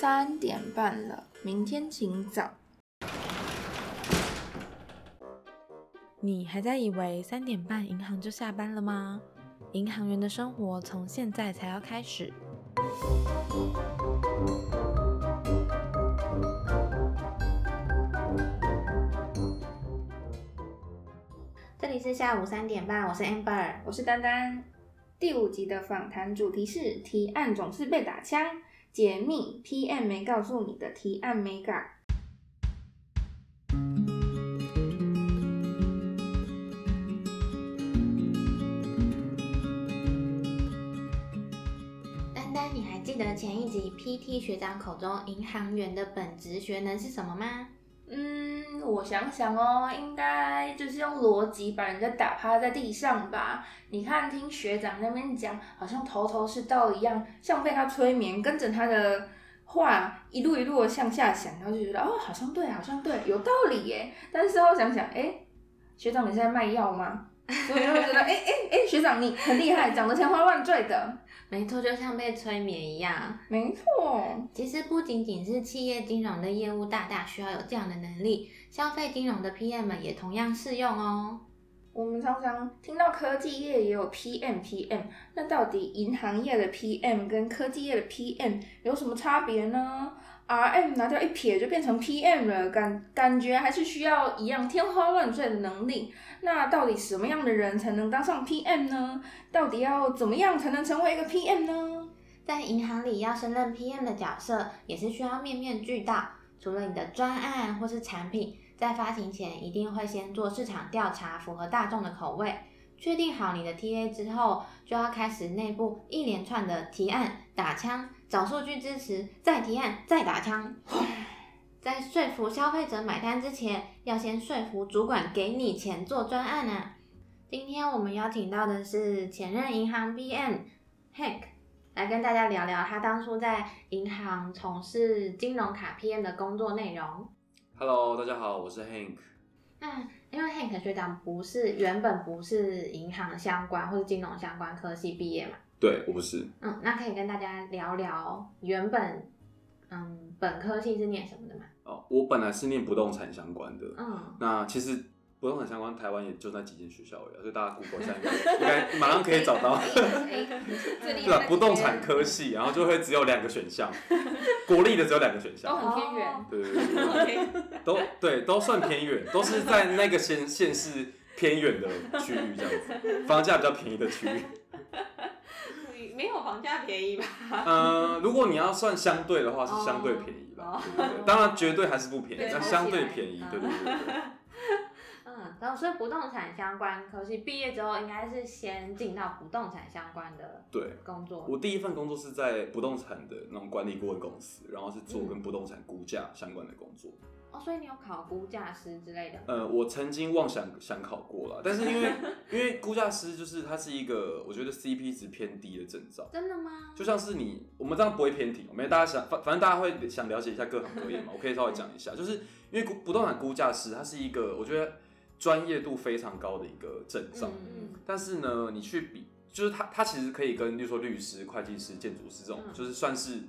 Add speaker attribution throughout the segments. Speaker 1: 三点半了，明天请早。
Speaker 2: 你还在以为三点半银行就下班了吗？银行员的生活从现在才要开始。
Speaker 3: 这里是下午三点半，我是 Amber。
Speaker 1: 我是丹丹。第五集的访谈主题是提案总是被打枪，解密 PM 没告诉你的提案 mega。
Speaker 3: 丹丹，你还记得前一集 PT 学长口中银行员的本职学能是什么吗？
Speaker 1: 嗯，我想想哦，应该就是用逻辑把人家打趴在地上吧。你看，听学长那边讲，好像头头是道一样，像被他催眠，跟着他的话一路一路的向下想，然后就觉得哦，好像对，好像对，有道理耶。但是后想想，哎，学长你是在卖药吗？所以就会觉得，哎哎哎，学长你很厉害，讲的天花乱坠的。
Speaker 3: 没错，就像被催眠一样。
Speaker 1: 没错，
Speaker 3: 其实不仅仅是企业金融的业务大大需要有这样的能力，消费金融的 PM 们也同样适用哦。
Speaker 1: 我们常常听到科技业也有 PM PM，那到底银行业的 PM 跟科技业的 PM 有什么差别呢？RM 拿掉一撇就变成 PM 了，感感觉还是需要一样天花乱坠的能力。那到底什么样的人才能当上 PM 呢？到底要怎么样才能成为一个 PM 呢？
Speaker 3: 在银行里要胜任 PM 的角色，也是需要面面俱到。除了你的专案或是产品，在发行前一定会先做市场调查，符合大众的口味。确定好你的 TA 之后，就要开始内部一连串的提案、打枪，找数据支持，再提案，再打枪。在说服消费者买单之前，要先说服主管给你钱做专案啊。今天我们邀请到的是前任银行 BM Hank 来跟大家聊聊他当初在银行从事金融卡 PM 的工作内容。
Speaker 4: Hello，大家好，我是 Hank。
Speaker 3: 那因为 Hank 学长不是原本不是银行相关或是金融相关科系毕业嘛，
Speaker 4: 对我不是，
Speaker 3: 嗯，那可以跟大家聊聊原本嗯本科系是念什么的嘛？
Speaker 4: 哦，我本来是念不动产相关的。
Speaker 3: 嗯，
Speaker 4: 那其实不动产相关，台湾也就那几间学校而已，所以大家 Google 一下，应 该应该马上可以找 到。
Speaker 1: 哎最厉
Speaker 4: 对
Speaker 1: 害
Speaker 4: 啊吧？不动产科系，然后就会只有两个选项，国立的只有两个选
Speaker 1: 都
Speaker 4: 项。
Speaker 1: 很偏远。
Speaker 4: 对对对对，都对，都算偏远，都是在那个县县市偏远的区域这样子，房价比较便宜的区域。
Speaker 3: 没有房价便宜吧？
Speaker 4: 呃，如果你要算相对的话，是相对便宜吧？
Speaker 3: 哦
Speaker 4: 对对对，当然绝对还是不便宜
Speaker 1: 对，
Speaker 4: 但
Speaker 1: 比起
Speaker 4: 相对
Speaker 1: 来
Speaker 4: 便宜
Speaker 3: 嗯，
Speaker 4: 对对对对。
Speaker 3: 嗯，然后所以不动产相关科系毕业之后，应该是先进到不动产相关的
Speaker 4: 对
Speaker 3: 工作。
Speaker 4: 我第一份工作是在不动产的那种管理顾问公司，然后是做跟不动产估价相关的工作。
Speaker 3: 哦，所以你有考估价师之类的吗？
Speaker 4: 呃，我曾经妄想想考过了，但是因为因为估价师就是它是一个我觉得 CP 值偏低的证照，
Speaker 3: 真的吗？
Speaker 4: 就像是你我们这样不会偏题，我们大家想反反正大家会想了解一下各行各业嘛，我可以稍微讲一下，就是因为估不动产估价师它是一个我觉得专业度非常高的一个证照，
Speaker 3: 嗯
Speaker 4: 但是呢，你去比，就是他他其实可以跟，例如说律师、会计师、建筑师这种，
Speaker 3: 嗯
Speaker 4: 就是算是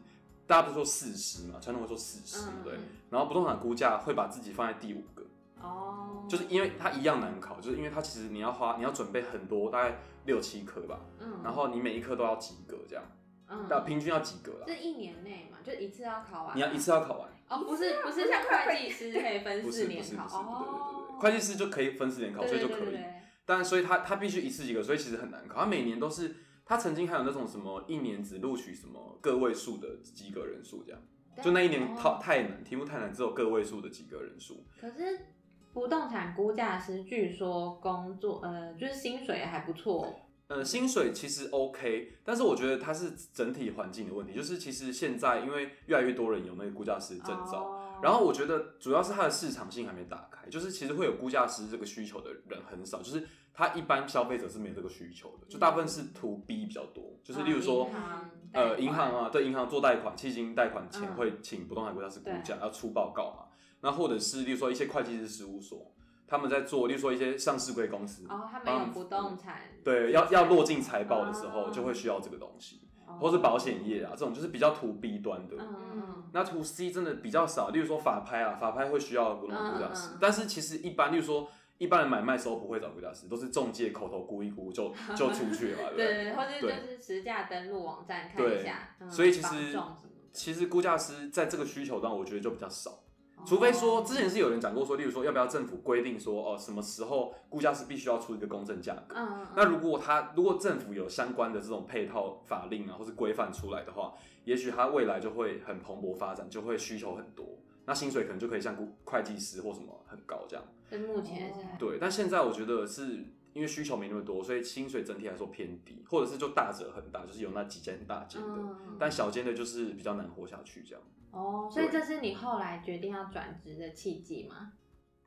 Speaker 4: 大家不是说四师嘛，传统会说四师，
Speaker 3: 嗯
Speaker 4: 对不对
Speaker 3: 嗯？
Speaker 4: 然后不动产估价会把自己放在第五个，
Speaker 3: 哦，
Speaker 4: 就是因为它一样难考，就是因为它其实你要花你要准备很多，大概六七科吧，
Speaker 3: 嗯，
Speaker 4: 然后你每一科都要及格，这样，
Speaker 3: 嗯
Speaker 4: 但平均要及格啦。
Speaker 3: 是一年内嘛，就一次要考完。啊
Speaker 4: 你要一次要考完，
Speaker 3: 哦，不是不是像会计师可以分
Speaker 4: 不
Speaker 3: 四
Speaker 4: 是不
Speaker 3: 年
Speaker 4: 是
Speaker 3: 考
Speaker 4: 不是，对对对
Speaker 3: 哦
Speaker 4: 对，，会计师就可以分四年考，所以就可以。
Speaker 3: 对对对对
Speaker 4: 但所以他他必须一次及格，所以其实很难考。他每年都是，他曾经还有那种什么一年只录取什么个位数的及格人数这样，
Speaker 3: 对
Speaker 4: 就那一年
Speaker 3: 哦
Speaker 4: 太太难，题目太难，只有个位数的及格人数。
Speaker 3: 可是不动产估价师据说工作呃就是薪水还不错，
Speaker 4: 呃，薪水其实 OK，但是我觉得它是整体环境的问题，就是其实现在因为越来越多人有那个估价师证照，
Speaker 3: 哦
Speaker 4: 然后我觉得主要是它的市场性还没打开，就是其实会有估价师这个需求的人很少，就是他一般消费者是没有这个需求的，就大部分是 to B 比较多，就是例如说。
Speaker 3: 哦嗯银行
Speaker 4: 呃，银行啊，对银行做贷款、基金贷款前
Speaker 3: 嗯
Speaker 4: 会请不动产估价师估
Speaker 3: 对
Speaker 4: 价，要出报告嘛。那或者是，例如说一些会计师事务所，他们在做，例如说一些上市贵公司，
Speaker 3: 哦，他们
Speaker 4: 帮
Speaker 3: 有
Speaker 4: 你
Speaker 3: 不动产
Speaker 4: 对要要落进财报的时
Speaker 3: 哦
Speaker 4: 候，就会需要这个东西。或是保险业啊这种，就是比较图 B 端的。
Speaker 5: 嗯
Speaker 3: 哦
Speaker 5: 嗯
Speaker 4: 那图 C 真的比较少，例如说法拍啊，法拍会需要股东估价师，
Speaker 5: 嗯嗯嗯
Speaker 4: 但是其实一般，例如说一般人买卖时候不会找估价师，都是中介口头估一估就就出去了嘛，对 不
Speaker 5: 对
Speaker 4: 对？
Speaker 5: 对，对或者
Speaker 4: 对
Speaker 5: 就是实价登录网站看
Speaker 4: 对
Speaker 5: 一下，嗯
Speaker 4: 所以其
Speaker 5: 房
Speaker 4: 实
Speaker 5: 仲什么的
Speaker 4: 其实估价师在这个需求端，我觉得就比较少，
Speaker 5: 哦
Speaker 4: 除非说之前是有人讲过说，例如说要不要政府规定说哦什么时候估价师必须要出一个公证价格。
Speaker 5: 嗯，嗯
Speaker 4: 那如果他如果政府有相关的这种配套法令啊，或是规范出来的话，也许他未来就会很蓬勃发展，就会需求很多，那薪水可能就可以像顾会计师或什么很高这样。
Speaker 5: 是目前是
Speaker 4: 对，但现在我觉得是因为需求没那么多，所以薪水整体来说偏低，或者是就大者很大，就是有那几间大间的，
Speaker 5: 嗯
Speaker 4: 但小间的就是比较难活下去这样。
Speaker 5: 哦，所以
Speaker 4: 对
Speaker 5: 这是你后来决定要转职的契机吗？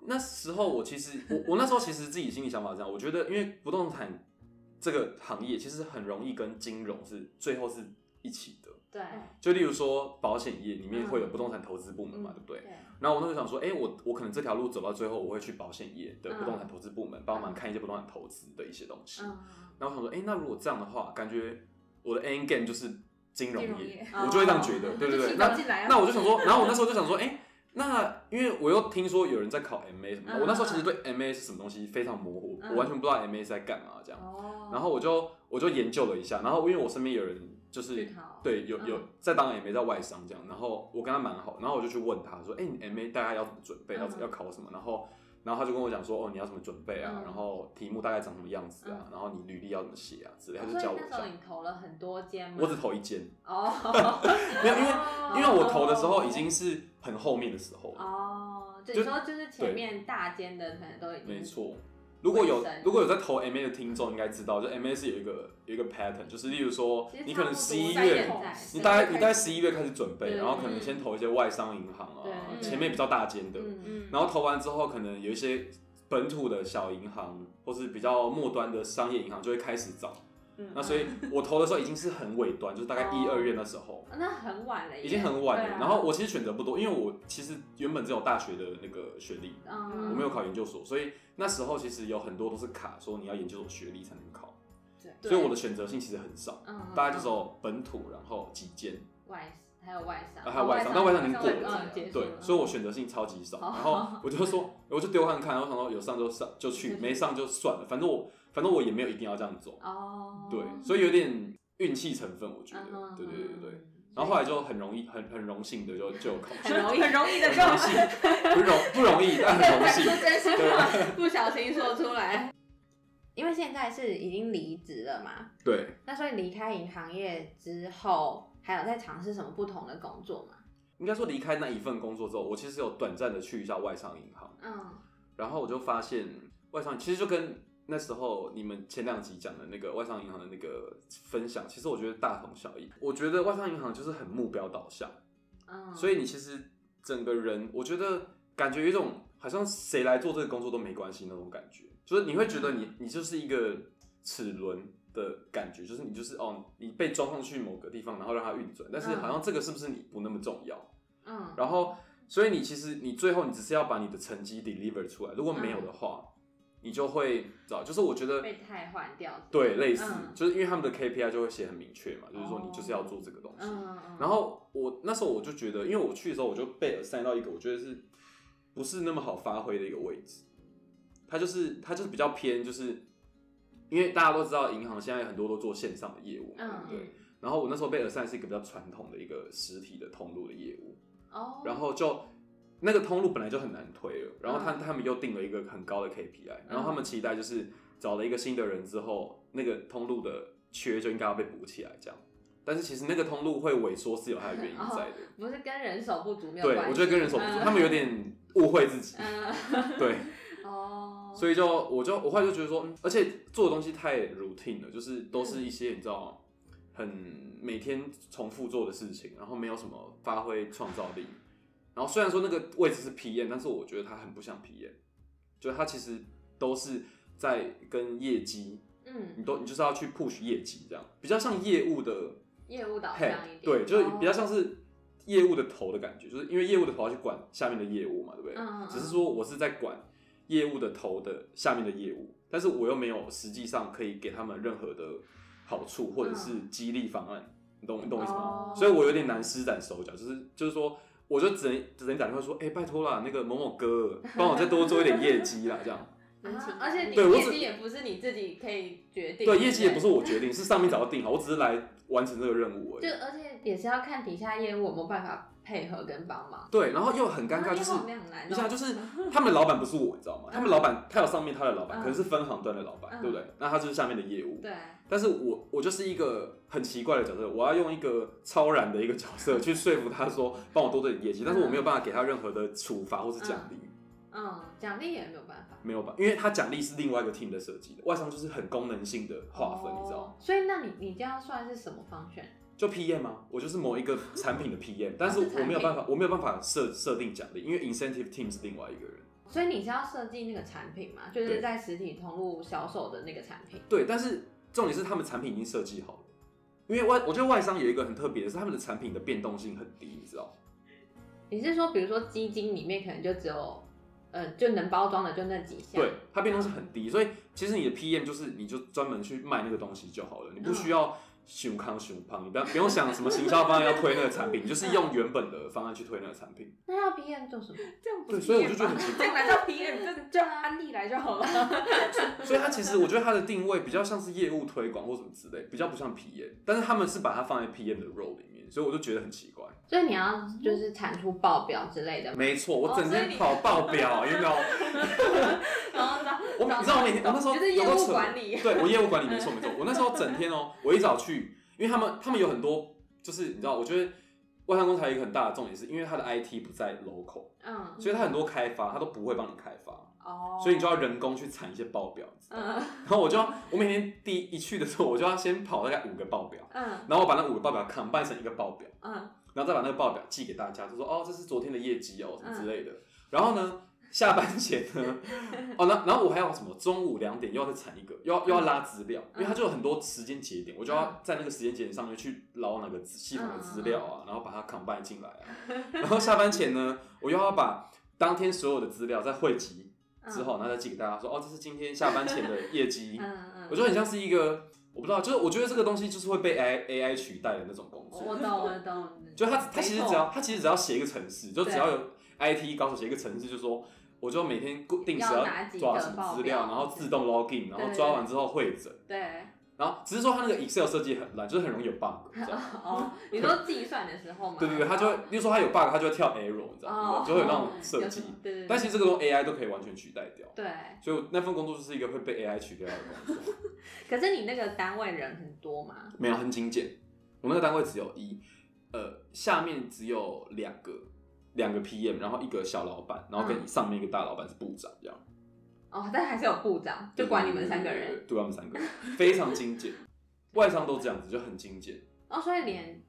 Speaker 4: 那时候我其实我我那时候其实自己心里想法是这样，我觉得因为不动产这个行业其实很容易跟金融是最后是一起的。
Speaker 5: 对，
Speaker 4: 就例如说保险业里面会有
Speaker 5: 嗯
Speaker 4: 不动产投资部门嘛，
Speaker 5: 嗯
Speaker 4: 对不对？然后我那时候想说，哎、我我可能这条路走到最后，我会去保险业的
Speaker 5: 嗯
Speaker 4: 不动产投资部门，帮忙看一些不动产投资的一些东西。
Speaker 5: 嗯，
Speaker 4: 然后我想说，哎、那如果这样的话，感觉我的 end game 就是金融
Speaker 1: 金融
Speaker 4: 业
Speaker 1: 业，
Speaker 4: 我就会这样觉得，
Speaker 5: 嗯
Speaker 4: 对对
Speaker 1: 就
Speaker 4: 对。
Speaker 1: 提
Speaker 4: 那
Speaker 1: 早进来啊。
Speaker 4: 那我就想说，然后我那时候就想说，哎、那因为我又听说有人在考 MA 什么的，
Speaker 5: 嗯
Speaker 4: 我那时候其实对 MA 是什么东西非常模糊，
Speaker 5: 嗯
Speaker 4: 我完全不知道 MA 是在干嘛这样。
Speaker 5: 哦，
Speaker 4: 然后我就我就研究了一下，然后因为我身边有人就是
Speaker 5: 去考
Speaker 4: 对有
Speaker 5: 嗯
Speaker 4: 有在当 MA 在外商这样，然后我跟他蛮好，然后我就去问他说，哎、你 MA 大概要怎么准备，要
Speaker 5: 嗯
Speaker 4: 要考什么？然后然后他就跟我讲说，哦，你要怎么准备啊
Speaker 5: 嗯？
Speaker 4: 然后题目大概长什么样子啊
Speaker 5: 嗯？
Speaker 4: 然后你履历要怎么写啊？之类，他
Speaker 5: 哦
Speaker 4: 就
Speaker 5: 所以
Speaker 4: 教我
Speaker 5: 那
Speaker 4: 一
Speaker 5: 时候
Speaker 4: 下。
Speaker 5: 你投了很多间吗？
Speaker 4: 我只投一间，
Speaker 5: 哦
Speaker 4: 没有，因为因为我投的时候
Speaker 5: 哦
Speaker 4: 已经是很后面的时候了。
Speaker 5: 哦，对，
Speaker 4: 就
Speaker 5: 你说就是前面大间的可能都已经
Speaker 4: 没错。如果有
Speaker 5: 嗯卫生
Speaker 4: 如果有在投 MA 的听众，应该知道，就 MA 是有一个有一个 pattern，就是例如说
Speaker 5: 其实
Speaker 4: 你可能
Speaker 5: 差不
Speaker 4: 十
Speaker 5: 多
Speaker 4: 一
Speaker 5: 在
Speaker 4: 月
Speaker 5: 现在
Speaker 4: 你大概
Speaker 1: 开
Speaker 4: 你
Speaker 1: 始
Speaker 4: 大概十一月开始准备，
Speaker 5: 对嗯
Speaker 4: 然后可能先投一些外商银行啊，
Speaker 5: 对
Speaker 4: 前面比较大间的，
Speaker 5: 嗯
Speaker 1: 嗯，
Speaker 4: 然后投完之后，可能有一些本土的小银行或是比较末端的商业银行就会开始找。
Speaker 1: 嗯
Speaker 4: 那所以我投的时候已经是很尾端，就是大概一
Speaker 5: 哦
Speaker 4: 二月那时候，
Speaker 5: 那很晚了耶，
Speaker 4: 已经很晚
Speaker 5: 对
Speaker 4: 了。
Speaker 5: 啊
Speaker 4: 然后我其实选择不多，因为我其实原本只有大学的那个学历，
Speaker 5: 嗯，
Speaker 4: 我没有考研究所，所以那时候其实有很多都是卡，说你要研究所学历才能考，
Speaker 1: 对
Speaker 5: 对
Speaker 4: 所以我的选择性其实很少，
Speaker 5: 嗯，嗯，
Speaker 4: 大概就只有本土，然后几间，
Speaker 5: 嗯外还有哦外商，
Speaker 4: 啊还有外商，但外商已经过
Speaker 5: 外商
Speaker 4: 了
Speaker 5: 已，经结束
Speaker 4: 对，所以我选择性超级少，
Speaker 5: 哦
Speaker 4: 然后我就说，我就丢看看，我想说有上就上就去，没上就算了，反正我反正我也没有一定要这样走，
Speaker 5: 哦，
Speaker 4: 对，所以有点运气成分，我觉
Speaker 5: 嗯
Speaker 4: 得，
Speaker 5: 哼
Speaker 4: 对对对对，然后后来就很容易，很很荣幸的就就有考上，
Speaker 5: 很容易
Speaker 1: 很容易的
Speaker 4: 很
Speaker 1: 就
Speaker 4: 荣幸， 不容不容易，但很荣
Speaker 5: 讲
Speaker 4: 幸
Speaker 5: 出，真心
Speaker 4: 对
Speaker 5: 话，不小心说出来。因为现在是已经离职了嘛，
Speaker 4: 对。
Speaker 5: 那所以离开银行业之后，还有在尝试什么不同的工作吗？
Speaker 4: 应该说离开那一份工作之后，我其实有短暂的去一下外商银行，
Speaker 5: 嗯，
Speaker 4: 然后我就发现外商其实就跟那时候你们前两集讲的那个外商银行的那个分享，其实我觉得大同小异。我觉得外商银行就是很目标导向，
Speaker 5: 嗯
Speaker 4: 所以你其实整个人，我觉得感觉有一种好像谁来做这个工作都没关系那种感觉，就是你会觉得
Speaker 5: 嗯
Speaker 4: 你你就是一个齿轮。的感觉就是你就是哦，你被装上去某个地方，然后让它运转，但是
Speaker 5: 嗯
Speaker 4: 好像这个是不是你不那么重要？
Speaker 5: 嗯，
Speaker 4: 然后，所以你其实你最后你只是要把你的成绩 deliver 出来，如果没有的话，你就会找，就是我觉得
Speaker 5: 嗯被太换掉之类的，
Speaker 4: 对类似，
Speaker 5: 嗯
Speaker 4: 就是因为他们的 KPI 就会写很明确嘛，就是说
Speaker 5: 哦
Speaker 4: 你就是要做这个东西。
Speaker 5: 嗯，嗯
Speaker 4: 然后我那时候我就觉得，因为我去的时候我就被 assign 到一个我觉得是不是那么好发挥的一个位置，它就是它就是比较偏，就是因为大家都知道银行现在很多都做线上的业务嘛，
Speaker 5: 嗯
Speaker 4: 对不对？然后我那时候被 assign 是一个比较传统的一个实体的通路的业务，
Speaker 5: 哦，
Speaker 4: 然后就那个通路本来就很难推了，然后他
Speaker 5: 嗯
Speaker 4: 他们又定了一个很高的 KPI，然后他们期待就是找了一个新的人之后，那个通路的缺就应该要被补起来这样。但是其实那个通路会萎缩是有它的原因在的，
Speaker 5: 不是跟人手不足哦没有
Speaker 4: 对
Speaker 5: 关系，
Speaker 4: 我觉得跟人手不足，
Speaker 5: 嗯
Speaker 4: 他们有点误会自己，
Speaker 5: 嗯，
Speaker 4: 对，
Speaker 5: 哦，
Speaker 4: 所以就我就我后来就觉得说，嗯而且做的东西太 routine 了，就是都
Speaker 5: 嗯
Speaker 4: 是一些你知道很每天重复做的事情，然后没有什么发挥创造力。然后虽然说那个位置是 PM，但是我觉得他很不像 PM，就是他其实都是在跟业绩，
Speaker 5: 嗯，
Speaker 4: 你都你就是要去 push 业绩这样，比较像业务的
Speaker 5: 业务导
Speaker 4: head，
Speaker 5: 向一点，
Speaker 4: 对，就是比较
Speaker 5: 哦
Speaker 4: 像是业务的头的感觉，就是因为业务的头要去管下面的业务嘛，对不对？
Speaker 5: 嗯嗯
Speaker 4: 只是说我是在管业务的头的下面的业务，但是我又没有实际上可以给他们任何的好处或者是激励方案，你懂你懂我意思吗
Speaker 1: 哦
Speaker 4: 所以我有点难施展手脚，就是就是说，我就只能只能打电话说，哎、拜托啦，那个某某哥，帮我再多做一点业绩啦，这样。
Speaker 3: 人情
Speaker 5: 啊
Speaker 3: 而且你
Speaker 4: 对我
Speaker 3: 业
Speaker 4: 只
Speaker 3: 绩也不是你自己可以决定，
Speaker 4: 对，业绩也不
Speaker 3: 是
Speaker 4: 是我决定，是上面早就定好，我只是来完成这个任务而
Speaker 3: 就
Speaker 4: 已。
Speaker 3: 而且也是要看底下业务有没有办法配合跟帮忙。
Speaker 4: 对，然后又很尴尬，就是
Speaker 3: 啊业务好像很难哦
Speaker 4: 你想，就是他们的老板不是我，你知道吗？他们老板他有上面他的老
Speaker 3: 嗯
Speaker 4: 板，可能是分行端的老板，
Speaker 3: 嗯
Speaker 4: 对不对？那他就是下面的业务。
Speaker 3: 对，
Speaker 4: 但是我我就是一个很奇怪的角色，我要用一个超然的一个角色去说服他说帮我多做点业绩，但是我没有办法给他任何的处罚或是奖励，
Speaker 3: 嗯，奖励也没有办法
Speaker 4: 没有吧？因为他奖励是另外一个 team 的设计的，外商就是很功能性的划分，
Speaker 3: 哦
Speaker 4: 你知道吗？
Speaker 3: 所以那你你这样算是什么方选？
Speaker 4: 就 PM 啊，我就是某一个 产品的 PM，但是
Speaker 3: 是产
Speaker 4: 我没有
Speaker 3: 品
Speaker 4: 办法，我没有办法设设定奖励，因为 incentive team 是另外一个人。
Speaker 3: 所以你是要设计那个产品嘛？就
Speaker 4: 对
Speaker 3: 是在实体通路销售的那个产品。
Speaker 4: 对，但是重点是他们产品已经设计好了，因为外我觉得外商有一个很特别的是他们的产品的变动性很低，你知道吗？
Speaker 3: 你是说，比如说基金里面可能就只有，呃，就能包装的就那几项。
Speaker 4: 对，它变动是很低，所以其实你的 PM 就是你就专门去卖那个东西就好了，你不需
Speaker 3: 嗯
Speaker 4: 要熊康熊胖，你不要 不用想什么行销方案要推那个产品，你就是用原本的方案去推那个产品。
Speaker 3: 那要 PM 做什么？
Speaker 1: 这样不
Speaker 4: 对，
Speaker 1: 是
Speaker 4: 所以我就
Speaker 1: PM
Speaker 4: 觉得
Speaker 1: 吧
Speaker 4: 很奇
Speaker 1: 这
Speaker 4: 怪。
Speaker 1: 样来到 PM 就就让安利来就好了。
Speaker 4: 所以它其实我觉得它的定位比较像是业务推广或什么之类，比较不像 PM，但是他们是把它放在 PM 的 role 里面，所以我就觉得很奇怪。
Speaker 3: 所以你要就是产出报表之类的吗，
Speaker 4: 没错，我整
Speaker 3: 哦所以
Speaker 4: 天
Speaker 3: 你
Speaker 4: 跑报表，有没有？
Speaker 3: 然后呢
Speaker 4: 我你知道我每天我那时候
Speaker 3: 就是业
Speaker 4: 有时候
Speaker 3: 务
Speaker 4: 扯
Speaker 3: 管理。
Speaker 4: 对我业务管理没错没错，我那时候整天哦、我一早去，因为他们他们有很多，就是你知道，我觉得外商公司还有一个很大的重点是，因为它的 IT 不在 local，
Speaker 3: 嗯，
Speaker 4: 所以它很多开发它都不会帮你开发，
Speaker 3: 哦，
Speaker 4: 所以你就要人工去产一些报表。
Speaker 3: 嗯
Speaker 4: 然后我就要我每天第一去的时候，我就要先跑大概五个报表，
Speaker 3: 嗯
Speaker 4: 然后我把那五个报表 combine 成一个报表，
Speaker 3: 嗯，
Speaker 4: 然后再把那个报表寄给大家，就说哦，这是昨天的业绩哦，
Speaker 3: 嗯
Speaker 4: 什么之类的。然后呢，下班前 呢，哦，那然后我还有什么？中午两点又要再产一个，又要又要拉
Speaker 3: 嗯
Speaker 4: 资料，因为它就有很多时间节点，我就要在那个时间节点上面去捞那个资系统的
Speaker 3: 嗯
Speaker 4: 资料啊，然后把它 combine 进来啊。然后下班前呢，我又要把当天所有的资料再汇集之后，然后再寄给大家说，哦，这是今天下班前的业绩。
Speaker 3: 嗯嗯，
Speaker 4: 我觉得很像是一个，我不知道，就是我觉得这个东西就是会被 AI AI 取代的那种工具。
Speaker 3: 我懂我懂，
Speaker 4: 就他他其实只
Speaker 3: 没错
Speaker 4: 要他其实只要写一个程式，就
Speaker 3: 对
Speaker 4: 只要有 IT 高手写一个程式，就说我就每天固定时
Speaker 3: 要拿几个
Speaker 4: 抓什么资料，
Speaker 3: 报
Speaker 4: 然
Speaker 3: 表
Speaker 4: 后自动 login，然后
Speaker 3: 对
Speaker 4: 抓完之后会诊，
Speaker 3: 对
Speaker 4: 然后只是说他那个 Excel 设计很烂，就是很容易有 bug，你知 道吗
Speaker 3: 哦，你说计算的时候嘛，
Speaker 4: 对对对，他就会，例如说他有 bug，他就会跳 error，你知道吗
Speaker 3: 哦，
Speaker 4: 就会有那种设
Speaker 3: 有
Speaker 4: 计
Speaker 3: 什么，对对对，
Speaker 4: 但其实这个东西 AI 都可以完全取代掉，
Speaker 3: 对，
Speaker 4: 所以我那份工作就是一个会被 AI 取代的工作，
Speaker 3: 可是你那个单位人很多嘛，
Speaker 4: 没有很精简，我那个单位只有一，呃，下面只有两个。两个 PM，然后一个小老板，然后跟上面一个大老板是部长这样。
Speaker 3: 哦，但还是有部长，就管你们三个人，，
Speaker 4: 对他们三个人非常精简，外商都这样子，就很精简。
Speaker 3: 哦，所以连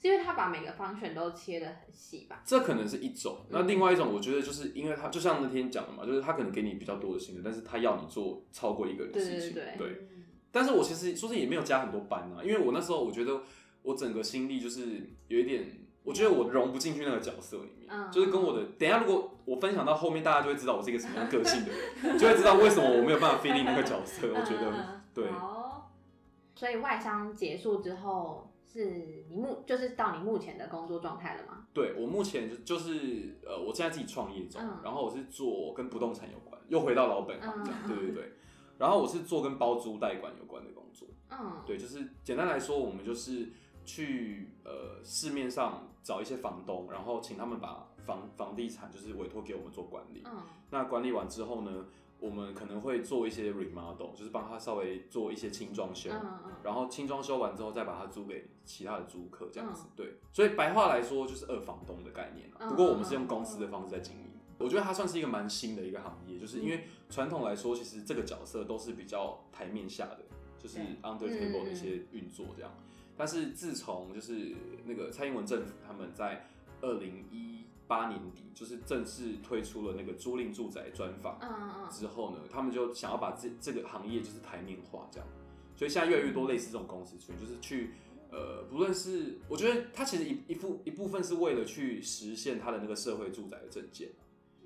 Speaker 3: 是因为他把每个方选都切的很细吧，
Speaker 4: 这可能是一
Speaker 3: 嗯
Speaker 4: 种，那另外一种，我觉得就是因为他就像那天讲的嘛，就是他可能给你比较多的薪水，但是他要你做超过一个人的事情，
Speaker 3: 对对对
Speaker 4: 但是我其实说是也没有加很多班啊，因为我那时候我觉得我整个心力就是有一点，我觉得我融不进去那个角色里面，
Speaker 3: 嗯
Speaker 4: 就是跟我的。等一下如果我分享到后面，大家就会知道我是一个什么样个性的人，就会知道为什么我没有办法 fit in 那个角色。我觉得、
Speaker 3: 嗯
Speaker 4: 对。
Speaker 3: 哦，所以外商结束之后，是你目就是到你目前的工作状态了吗？
Speaker 4: 对我目前就就是呃，我现在自己创业中，
Speaker 3: 嗯
Speaker 4: 然后我是做跟不动产有关，又回到老本行这样，
Speaker 3: 嗯
Speaker 4: 对对对。然后我是做跟包租代管有关的工作，
Speaker 3: 嗯，
Speaker 4: 对，就是简单来说，我们就是去呃市面上找一些房东，然后请他们把房房地产就是委托给我们做管理。
Speaker 3: 嗯
Speaker 4: 那管理完之后呢，我们可能会做一些 remodel，就是帮他稍微做一些轻装修，
Speaker 3: 嗯嗯，
Speaker 4: 然后轻装修完之后再把它租给其他的租客，这样子、对。所以白话来说就是二房东的概念啊。
Speaker 3: 嗯
Speaker 4: 不过我们是用公司的方式在经营。我觉得它算是一个蛮新的一个行业，就是因为传统来说，其实这个角色都是比较台面下的，就是
Speaker 3: 对
Speaker 4: under
Speaker 3: 嗯
Speaker 4: table
Speaker 3: 嗯
Speaker 4: 的一些运作这样。但是自从就是那个蔡英文政府他们在二零一八年底，就是正式推出了那个租赁住宅专法，
Speaker 3: 嗯嗯
Speaker 4: 之后呢，他们就想要把这这个行业就是台面化这样，所以现在越来越多类似这种公司出现，就是去呃，不论是我觉得它其实一一部一部分是为了去实现它的那个社会住宅的证件，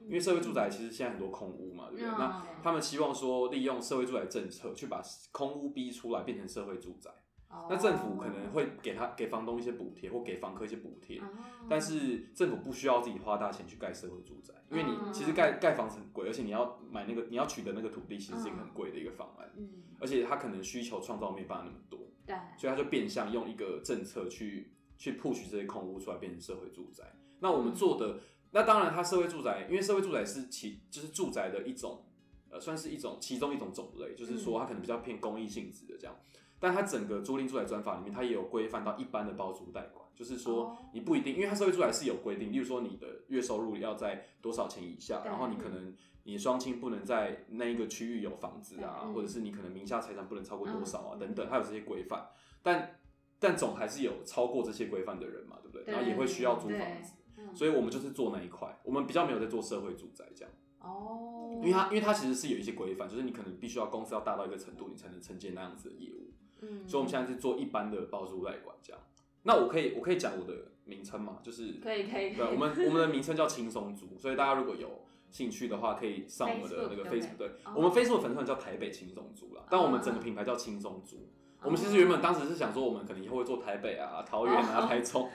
Speaker 4: 因为社会住宅其实现在很多空屋嘛，对不对？
Speaker 3: 嗯
Speaker 4: 那他们希望说利用社会住宅政策去把空屋逼出来变成社会住宅，
Speaker 3: 哦
Speaker 4: 那政府可能会给他给房东一些补贴，或给房客一些补贴，
Speaker 3: 哦
Speaker 4: 但是政府不需要自己花大钱去盖社会住宅，因为你
Speaker 3: 嗯
Speaker 4: 其实盖盖房子很贵，而且你要买那个你要取得那个土地，其实是一个很贵的一个方案，
Speaker 3: 嗯，
Speaker 4: 而且它可能需求创造没有办法那么多，
Speaker 3: 对，
Speaker 4: 所以它就变相用一个政策去去 push 这些空屋出来变成社会住宅。那我们做的，那当然它社会住宅，因为社会住宅是其就是住宅的一种，呃，算是一种其中一种种类，就是说它可能比较偏公益性质的这样。但它整个租赁住宅专法里面，它也有规范到一般的包租代管，就是说
Speaker 3: 哦
Speaker 4: 你不一定，因为它社会住宅是有规定，例如说你的月收入要在多少钱以下，
Speaker 3: 对
Speaker 4: 然后你可能你双亲不能在那一个区域有房子啊，
Speaker 3: 对嗯
Speaker 4: 或者是你可能名下财产不能超过多少啊，
Speaker 3: 嗯
Speaker 4: 等等，它有这些规范。但但总还是有超过这些规范的人嘛，对不对？
Speaker 3: 对
Speaker 4: 然后也会需要租房子，
Speaker 3: 嗯
Speaker 4: 所以我们就是做那一块，我们比较没有在做社会住宅这样，
Speaker 3: 哦，
Speaker 4: 因为它因为它其实是有一些规范，就是你可能必须要公司要大到一个程度，你才能承接那样子的业务。
Speaker 3: 嗯，
Speaker 4: 所以我们现在是做一般的包租代管这样。那我可以我可以讲我的名称嘛，就是
Speaker 3: 可以可以，
Speaker 4: 对，我啊们我们的名称叫轻松租，所以大家如果有兴趣的话，可以上我们的那个
Speaker 3: Facebook，
Speaker 4: Facebook，对
Speaker 3: 哦
Speaker 4: 我们 Facebook 粉丝团叫台北轻松租啦，但我们整个品牌叫轻松租。我们其实原本当时是想说，我们可能以后会做台北啊、桃园啊、
Speaker 3: 哦
Speaker 4: 台中，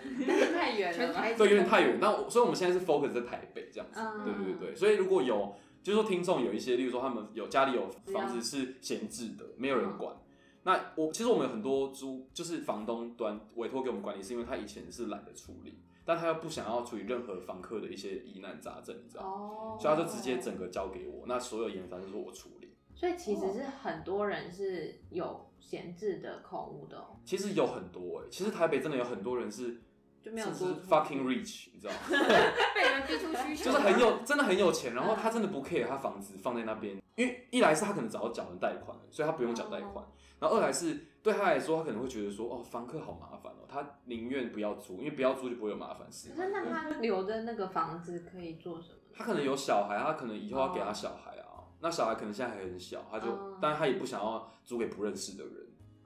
Speaker 3: 太远了吧，
Speaker 4: 对，有点太远。那我所以我们现在是 focus 在台北这样子，
Speaker 3: 嗯
Speaker 4: 对对对对。所以如果有就是说听众有一些，例如说他们有家里有房子是闲置的，没有人管。那我其实我们有很多租就是房东端委托给我们管理，是因为他以前是懒得处理，但他又不想要处理任何房客的一些疑难杂症，你知道吗？
Speaker 3: 哦，
Speaker 4: 所以他就直接整个交给我，那所有研发就是我处理。
Speaker 3: 所以其实是很多人是有闲置的空屋的哦，
Speaker 4: 其实有很多哎、其实台北真的有很多人是
Speaker 3: 就没有
Speaker 4: 甚至
Speaker 3: 租
Speaker 4: 是 fucking rich，你知道吗？
Speaker 1: 被你们逼出需求
Speaker 4: 就是
Speaker 1: 吗，
Speaker 4: 很有，真的很有钱，然后他真的不 care 他房子放在那边，因为一来是他可能早就缴了贷款了，所以他不用缴贷
Speaker 3: 哦
Speaker 4: 款，然后二来是对他来说，他可能会觉得说，哦，房客好麻烦哦，他宁愿不要租，因为不要租就不会有麻烦事
Speaker 3: 可。是那他留的那个房子可以做什么呢？
Speaker 4: 他可能有小孩，他可能以后要给他小孩
Speaker 3: 哦
Speaker 4: 啊，那小孩可能现在还很小，他就，但他也不想要租给不认识的人。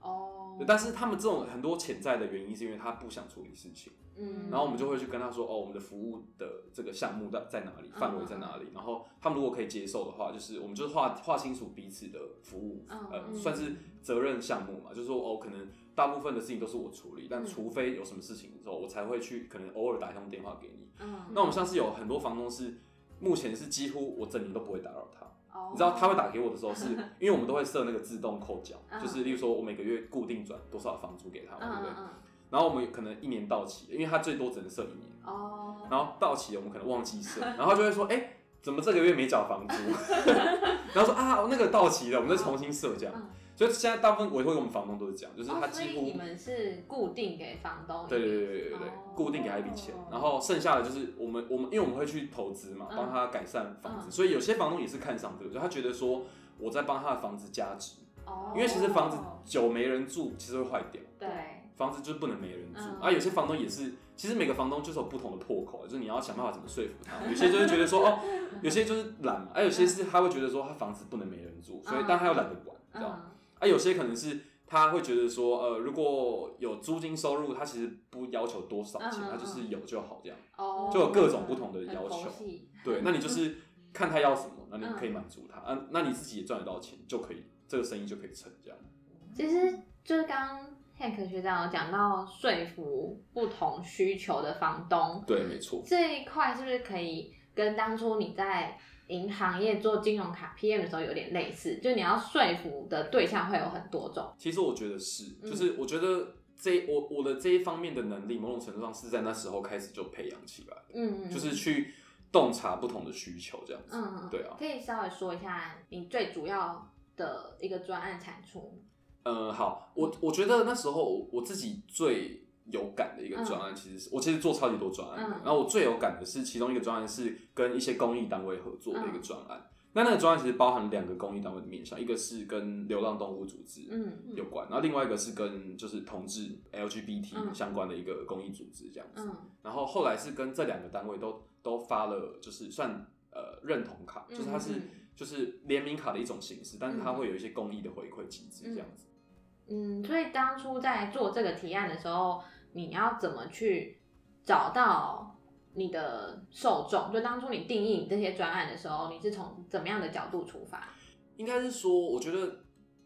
Speaker 3: 哦
Speaker 4: 对，但是他们这种很多潜在的原因是因为他不想处理事情。
Speaker 3: 嗯
Speaker 4: 然后我们就会去跟他说，哦，我们的服务的这个项目在在哪里，范
Speaker 3: 嗯
Speaker 4: 围在哪里。然后他们如果可以接受的话，就是我们就是划划清楚彼此的服务，
Speaker 3: 嗯
Speaker 4: 呃，
Speaker 3: 嗯
Speaker 4: 算是责任项目嘛。就是说，哦，可能大部分的事情都是我处理，但
Speaker 3: 嗯
Speaker 4: 除非有什么事情的时候，我才会去，可能偶尔打一通电话给你。
Speaker 3: 嗯
Speaker 4: 那我们像是有很多房东是，目前是几乎我整年都不会打扰他。
Speaker 3: 哦
Speaker 4: 你知道他会打给我的时候是，因为我们都会设那个自动扣缴，
Speaker 3: 嗯
Speaker 4: 就是例如说我每个月固定转多少房租给他嘛，
Speaker 3: 嗯
Speaker 4: 对不
Speaker 3: 嗯？
Speaker 4: 对
Speaker 3: 嗯
Speaker 4: 然后我们可能一年到期，因为它最多只能设一年，
Speaker 3: 哦，
Speaker 4: 然后到期了我们可能忘记设，然后他就会说，哎、怎么这个月没缴房租？ 然后说啊，那个到期了，我们再重新设这样。
Speaker 3: 嗯
Speaker 4: 所以现在大部分委托给我们房东都是这样，就是他
Speaker 3: 哦，所
Speaker 4: 几
Speaker 3: 以
Speaker 4: 乎、
Speaker 3: 你们是固定给房东一笔，
Speaker 4: 对对对对对对，
Speaker 3: 哦
Speaker 4: 固定给他一笔钱
Speaker 3: 哦，
Speaker 4: 然后剩下的就是我们我们因为我们会去投资嘛，
Speaker 3: 嗯
Speaker 4: 帮他改善房子，
Speaker 3: 嗯
Speaker 4: 所以有些房东也是看上这个，就他觉得说我在帮他的房子加值，
Speaker 3: 哦，
Speaker 4: 因为其实房子久没人住，其实会坏掉。
Speaker 3: 对，
Speaker 4: 房子就是不能没人住、
Speaker 3: 嗯
Speaker 4: 啊。有些房东也是，其实每个房东就是有不同的破口，就是你要想办法怎么说服他。有些就是觉得说哦，有些就是懒嘛，啊，有些是他会觉得说他房子不能没人住，所以
Speaker 3: 嗯
Speaker 4: 但他又懒得管，这样。
Speaker 3: 嗯
Speaker 4: 啊，有些可能是他会觉得说，呃，如果有租金收入，他其实不要求多少钱，
Speaker 3: 嗯嗯
Speaker 4: 他就是有就好这样。
Speaker 3: 哦，
Speaker 4: 就有各种不同的要求
Speaker 3: 很佛系
Speaker 4: 对，那你就是看他要什么，那你
Speaker 3: 嗯
Speaker 4: 可以满足他，啊，那你自己也赚得到钱，就可以这个生意就可以成这样。
Speaker 3: 其实就是刚刚 Hank 学长有讲到说服不同需求的房东
Speaker 4: 对，没错。
Speaker 3: 这一块，是不是可以跟当初你在银行业做金融卡 PM 的时候有点类似？就你要说服的对象会有很多种，
Speaker 4: 其实我觉得是，
Speaker 3: 嗯
Speaker 4: 就是我觉得这我我的这一方面的能力，某种程度上是在那时候开始就培养起来，
Speaker 3: 嗯，
Speaker 4: 就是去洞察不同的需求这样子。
Speaker 3: 嗯，
Speaker 4: 对啊
Speaker 3: 可以稍微说一下你最主要的一个专案产出，
Speaker 4: 呃，好，我我觉得那时候我我自己最有感的一个专案，其实是我其实做超级多专案的
Speaker 3: 嗯
Speaker 4: 然后我最有感的是其中一个专案是跟一些公益单位合作的一个
Speaker 3: 嗯
Speaker 4: 专案。那那个专案其实包含两个公益单位的面向，一个是跟流浪动物组织，
Speaker 3: 嗯
Speaker 4: 有关，然后另外一个是跟就是同志 LGBT
Speaker 3: 嗯
Speaker 4: 相关的一个公益组织这样子。
Speaker 3: 嗯
Speaker 4: 然后后来是跟这两个单位都都发了，就是算呃认同卡，
Speaker 3: 嗯
Speaker 4: 就是它是
Speaker 3: 嗯
Speaker 4: 就是联名卡的一种形式，但是它
Speaker 3: 嗯
Speaker 4: 会有一些公益的回馈机制这样子。
Speaker 3: 嗯，所以当初在做这个提案的时候，你要怎么去找到你的受众？就当初你定义你这些专案的时候，你是从怎么样的角度出发？
Speaker 4: 应该是说，我觉得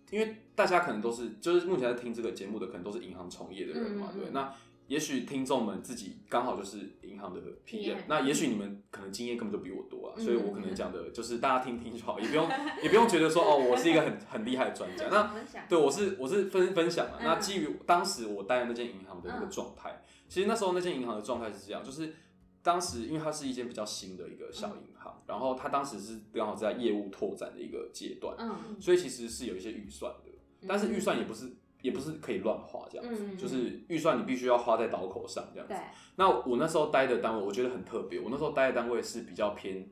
Speaker 4: 因为大家可能都是，就是目前在听这个节目的，可能都是银行从业的人嘛，
Speaker 3: 嗯嗯嗯
Speaker 4: 对。那也许听众们自己刚好就是银行的 PM，、
Speaker 3: PM
Speaker 4: 那也许你们可能经验根本就比我多啊，
Speaker 3: 嗯
Speaker 4: 所以我可能讲的就是大家听听就好，也不用 也不用觉得说哦，我是一个很很厉害的专家。那
Speaker 3: 分享
Speaker 4: 对，我是我是分分享啊。
Speaker 3: 嗯
Speaker 4: 那基于当时我待的那间银行的那个状态，其实那时候那间银行的状态是这样，就是当时因为它是一间比较新的一个
Speaker 3: 嗯
Speaker 4: 小银行，然后它当时是刚好在业务拓展的一个阶段，
Speaker 3: 嗯，
Speaker 4: 所以其实是有一些预算的，但是预算也不是也不是可以乱花这样子，
Speaker 3: 嗯嗯嗯
Speaker 4: 就是预算你必须要花在刀口上这样子
Speaker 3: 对。，
Speaker 4: 那我那时候待的单位，我觉得很特别，我那时候待的单位是比较偏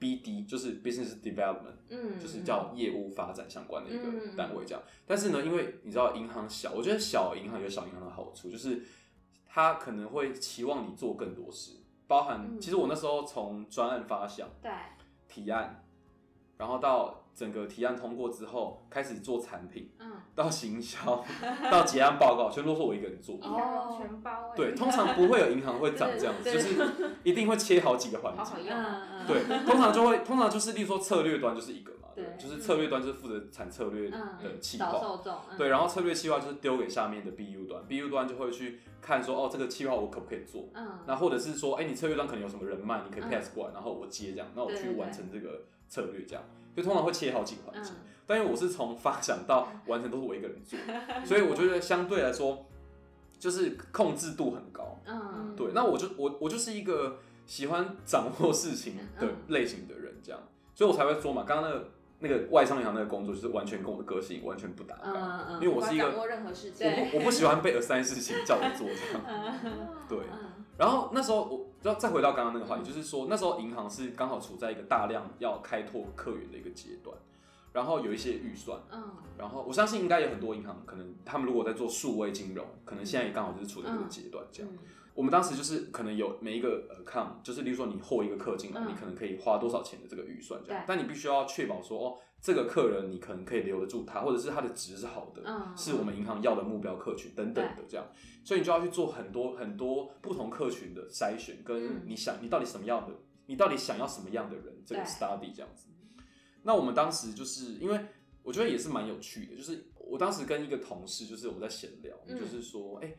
Speaker 4: BD，就是 Business Development。
Speaker 3: 嗯，
Speaker 4: 就是叫业务发展相关的一
Speaker 3: 嗯嗯
Speaker 4: 个
Speaker 3: 嗯
Speaker 4: 单位这样。但是呢，因为你知道银行小，我觉得小银行有小银行的好处，就是它可能会期望你做更多事，包含
Speaker 3: 嗯
Speaker 4: 其实我那时候从专案发想、
Speaker 3: 对，
Speaker 4: 提案，然后到整个提案通过之后开始做产品，
Speaker 3: 嗯，
Speaker 4: 到行销，到结案报告，全部都是我一个人做。
Speaker 3: 哦
Speaker 1: 银行全包哎、
Speaker 4: 对，通常不会有银行会长这样子，
Speaker 3: 对
Speaker 4: 就
Speaker 3: 对
Speaker 4: 是一定会切好几个环
Speaker 1: 好
Speaker 4: 节
Speaker 1: 好。用啊。
Speaker 3: 嗯 嗯，
Speaker 4: 对，通常就会，通常就是，例如说策略端就是一个嘛，对，
Speaker 3: 对
Speaker 4: 就是策略端就是负责产策略的
Speaker 3: 嗯，
Speaker 4: 企
Speaker 3: 找
Speaker 4: 划，
Speaker 3: 受众，嗯
Speaker 4: 呃对，，然后策略企划就是丢给下面的 BU 端，BU 端就会去看说，哦，这个企划我可不可以做？
Speaker 3: 嗯，
Speaker 4: 那或者是说，哎，你策略端可能有什么人脉，你可以
Speaker 3: 嗯
Speaker 4: pass 过来，然后我接这样，那我
Speaker 3: 对
Speaker 4: 去
Speaker 3: 对
Speaker 4: 完
Speaker 3: 对
Speaker 4: 成这个策略这样，就通常会切好几个环节。
Speaker 3: 嗯
Speaker 4: 但因为我是从发想到完成都是我一个 人做，所以我觉得相对来说，就是控制度很高。
Speaker 3: 嗯，
Speaker 4: 对，那我就我我就是一个喜欢掌握事情
Speaker 3: 嗯
Speaker 4: 的类型的人，这样，所以我才会说嘛，刚刚那个那个外商银行那个工作，就是完全跟我的个性完全不搭
Speaker 3: 嗯
Speaker 4: 嘎，
Speaker 3: 嗯嗯，
Speaker 4: 因为我是一个
Speaker 1: 无法掌握任何事情
Speaker 4: 我，不我不喜欢被 assign 事情叫我做这样， 对。
Speaker 3: 嗯
Speaker 4: 然后那时候我，然后再回到刚刚那个话题，就是说那时候银行是刚好处在一个大量要开拓客源的一个阶段，然后有一些预算，
Speaker 3: 嗯
Speaker 4: 然后我相信应该有很多银行，可能他们如果在做数位金融，可能现在也刚好就是处在这
Speaker 3: 嗯
Speaker 4: 个阶段这样。我们当时就是可能有每一个 account，就是例如说你获一个客进来，
Speaker 3: 嗯
Speaker 4: 你可能可以花多少钱的这个预算这样
Speaker 3: 对，
Speaker 4: 但你必须要确保说哦，这个客人你可能可以留得住他，或者是他的值是好的，
Speaker 3: 嗯
Speaker 4: 是我们银行要的目标客群等等的这样，所以你就要去做很多很多不同客群的筛选，
Speaker 3: 嗯
Speaker 4: 跟你想你到底什么样的，你到底想要什么样的人，这个
Speaker 3: 对
Speaker 4: study 这样子。那我们当时就是因为我觉得也是蛮有趣的，就是我当时跟一个同事，就是我们在闲聊，
Speaker 3: 嗯
Speaker 4: 就是说，哎、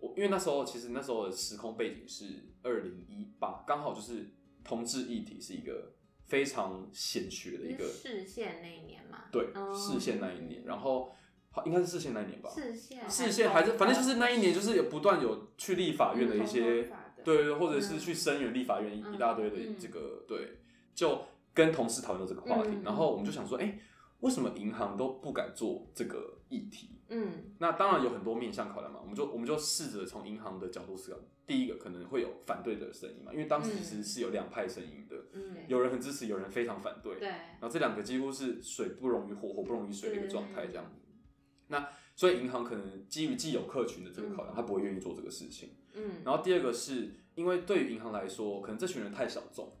Speaker 4: 我因为那时候其实那时候的时空背景是二零一八，刚好就是同志议题是一个非常显学的一个
Speaker 3: 是视线那一年嘛，
Speaker 4: 对
Speaker 3: 哦
Speaker 4: 视线那一年，然后好应该是视线那一年吧，
Speaker 3: 视线
Speaker 4: 视线还是反正就是那一年，就是有不断有去立法院的一些
Speaker 1: 嗯同方法的
Speaker 4: 对对，对或者是去声援立法院
Speaker 3: 嗯
Speaker 4: 一大堆的
Speaker 1: 嗯
Speaker 4: 这个对，就跟同事讨论到这个话题
Speaker 3: 嗯嗯，嗯
Speaker 4: 然后我们就想说，哎，为什么银行都不敢做这个议题？
Speaker 3: 嗯
Speaker 4: 那当然有很多面向考量嘛，我们就我们就试着从银行的角度思考。第一个可能会有反对的声音嘛，因为当时其实是有两派声音的，
Speaker 3: 嗯，
Speaker 4: 有人很支持，有人非常反对。
Speaker 3: 对，
Speaker 4: 然后这两个几乎是水不溶于火，火不溶于水的一个状态，这样。那所以银行可能基于既有客群的这个
Speaker 1: 嗯
Speaker 4: 考量，他不会愿意做这个事情。
Speaker 3: 嗯，
Speaker 4: 然后第二个是因为对于银行来说，可能这群人太小众，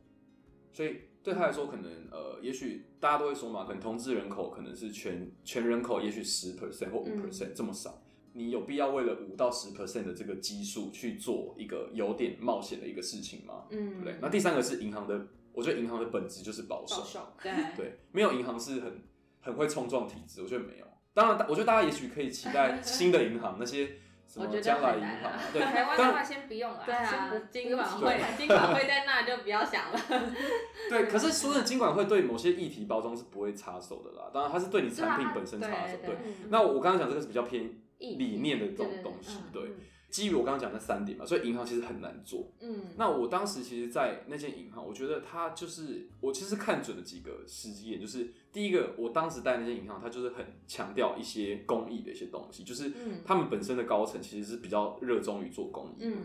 Speaker 4: 所以对他来说，可能呃，也许大家都会说嘛，可能同志人口可能是全全人口，也许十 percent 或五
Speaker 1: 嗯
Speaker 4: percent 这么少，你有必要为了五到十 percent 的这个基数去做一个有点冒险的一个事情吗？
Speaker 3: 嗯
Speaker 4: 对不对？那第三个是银行的，我觉得银行的本质就是
Speaker 1: 保守，
Speaker 3: 对，
Speaker 4: 对，没有银行是很很会冲撞体制，我觉得没有。当然，我觉得大家也许可以期待新的银行那些什
Speaker 3: 我
Speaker 4: 么
Speaker 3: 觉得
Speaker 4: 将来
Speaker 3: 很
Speaker 4: 银
Speaker 3: 难
Speaker 4: 行
Speaker 3: 啊
Speaker 4: 啊，对，
Speaker 1: 台湾的话
Speaker 4: 但
Speaker 1: 先不用了，
Speaker 3: 对啊
Speaker 1: 先，不
Speaker 3: 金管
Speaker 1: 不用
Speaker 3: 会
Speaker 1: 提，
Speaker 3: 金管会在那就不要 想了。
Speaker 4: 对，可是说真的，金管会对某些议题包装是不会插手的啦。当然，它是对你
Speaker 3: 对啊
Speaker 4: 产品本身插手。
Speaker 3: 对
Speaker 4: 对
Speaker 3: 对，
Speaker 4: 那我刚刚讲这个是比较偏
Speaker 3: 议
Speaker 4: 理
Speaker 3: 题
Speaker 4: 念的这种
Speaker 3: 对嗯对
Speaker 4: 东西，
Speaker 3: 对
Speaker 4: 对，基于我刚刚讲那三点嘛，所以银行其实很难做。
Speaker 3: 嗯，
Speaker 4: 那我当时其实，在那间银行，我觉得它就是我其实看准了几个时机点，就是第一个，我当时在那间银行，它就是很强调一些公益的一些东西，就是
Speaker 3: 嗯
Speaker 4: 他们本身的高层其实是比较热衷于做公益，
Speaker 3: 嗯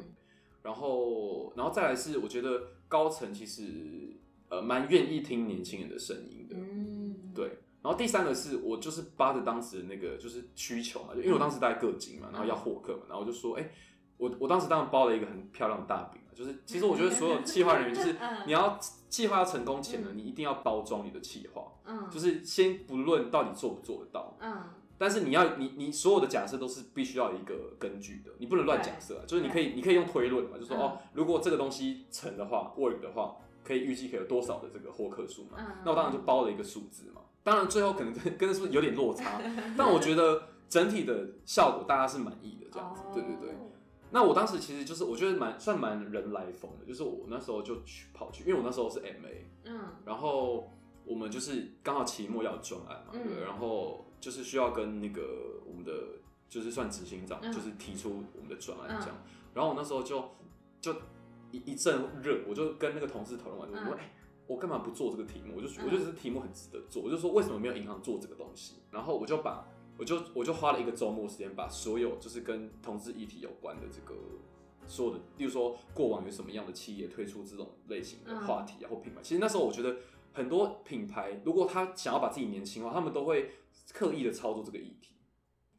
Speaker 4: 然后然后再来是我觉得高层其实呃蛮愿意听年轻人的声音的，
Speaker 3: 嗯，
Speaker 4: 对，然后第三个是我就是扒着当时的那个就是需求嘛，就因为我当时在各金嘛，然后要获客嘛，然后我就说，哎、我我当时当然包了一个很漂亮的大饼嘛，啊就是其实我觉得所有企划人员就是
Speaker 3: 嗯
Speaker 4: 你要计划要成功前呢，你一定要包装你的企划，
Speaker 3: 嗯，
Speaker 4: 就是是先不论到底做不做得到，
Speaker 3: 嗯
Speaker 4: 但是你要你你所有的假设都是必须要有一个根据的，你不能乱假设啊，就是你可以你可以用推论嘛，就说
Speaker 3: 嗯
Speaker 4: 哦，如果这个东西成的话，work 的话，可以预计可以有多少的这个获客数嘛，
Speaker 3: 嗯，
Speaker 4: 那我当然就包了一个数字嘛，当然最后可能 跟跟是不是有点落差，但我觉得整体的效果大家是满意的这样子，
Speaker 3: 哦
Speaker 4: 对对对。那我当时其实就是我觉得蛮算蛮人来疯的，就是我那时候就去跑去，因为我那时候是 MA，
Speaker 3: 嗯
Speaker 4: 然后我们就是刚好期末要有专案嘛，
Speaker 3: 嗯
Speaker 4: 对不对，然后就是需要跟那个我们的就是算执行长，
Speaker 3: 嗯
Speaker 4: 就是提出我们的专案
Speaker 3: 嗯
Speaker 4: 这样。然后我那时候就就一一阵热，我就跟那个同事讨论完，我说：“
Speaker 3: 嗯
Speaker 4: 哎、我干嘛不做这个题目？我就
Speaker 3: 嗯
Speaker 4: 我就觉得这题目很值得做，我就说为什么没有银行做这个东西？”然后我就把我就我就花了一个周末时间，把所有就是跟同志议题有关的这个所有的，例如说过往有什么样的企业推出这种类型的话题啊、或品牌。其实那时候我觉得很多品牌，如果他想要把自己年轻化，他们都会刻意的操作这个议题。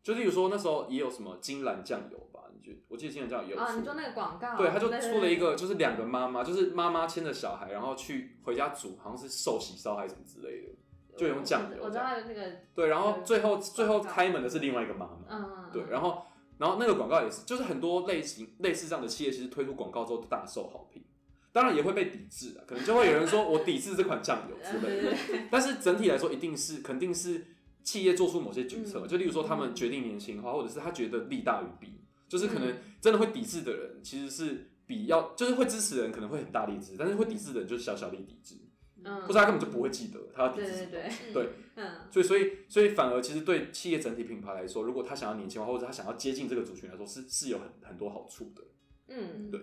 Speaker 4: 就例如说那时候也有什么金兰酱油吧，你觉得我记得金兰酱油也有
Speaker 3: 啊，
Speaker 4: 出
Speaker 3: 你说那个广告，
Speaker 4: 对，他就出了一个，就是两个妈妈，就是妈妈牵着小孩，然后去回家煮，好像是寿喜烧还是什么之类的，就用酱油
Speaker 3: 我知
Speaker 4: 这样
Speaker 3: 道有那个，
Speaker 4: 对，然后最后
Speaker 3: 嗯
Speaker 4: 最后开门的是另外一个妈妈，
Speaker 3: 嗯，
Speaker 4: 对，然后然后那个广告也是，就是很多类型类似这样的企业，其实推出广告之后都大受好评，当然也会被抵制啊，可能就会有人说我抵制这款酱油之类 的，但是整体来说，一定是肯定是企业做出某些决策，
Speaker 3: 嗯
Speaker 4: 就例如说他们决定年轻化，或者是他觉得利大于弊，就是可能
Speaker 3: 嗯
Speaker 4: 真的会抵制的人，其实是比要就是会支持的人可能会很大力支持，但是会抵制的人就是小小力抵制，
Speaker 3: 嗯，
Speaker 4: 或者他根本就不会记得他要抵
Speaker 3: 对
Speaker 4: 制什
Speaker 3: 对
Speaker 4: 么。
Speaker 3: 对，
Speaker 4: 对
Speaker 3: 嗯
Speaker 4: 所以，所以，所以反而其实对企业整体品牌来说，如果他想要年轻化，或者他想要接近这个族群来说，是是有很很多好处的。
Speaker 3: 嗯
Speaker 4: 对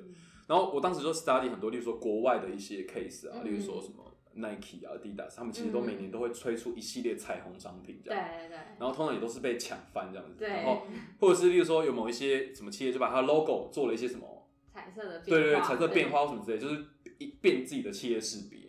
Speaker 4: 然后我当时就 study 很多，例如说国外的一些 case 啊，
Speaker 3: 嗯
Speaker 4: 例如说什么 Nike 啊、Adidas，他们其实都
Speaker 3: 嗯
Speaker 4: 每年都会推出一系列彩虹商品这
Speaker 3: 对
Speaker 4: 样。
Speaker 3: 对对
Speaker 4: 然后通常也都是被抢翻这样子，然后
Speaker 3: 对，
Speaker 4: 或者是例如说有某一些什么企业就把它 logo 做了一些什么，
Speaker 3: 彩色的
Speaker 4: 对对对，
Speaker 3: 化
Speaker 4: 彩色变化或什么之类，就是一变自己的企业识别。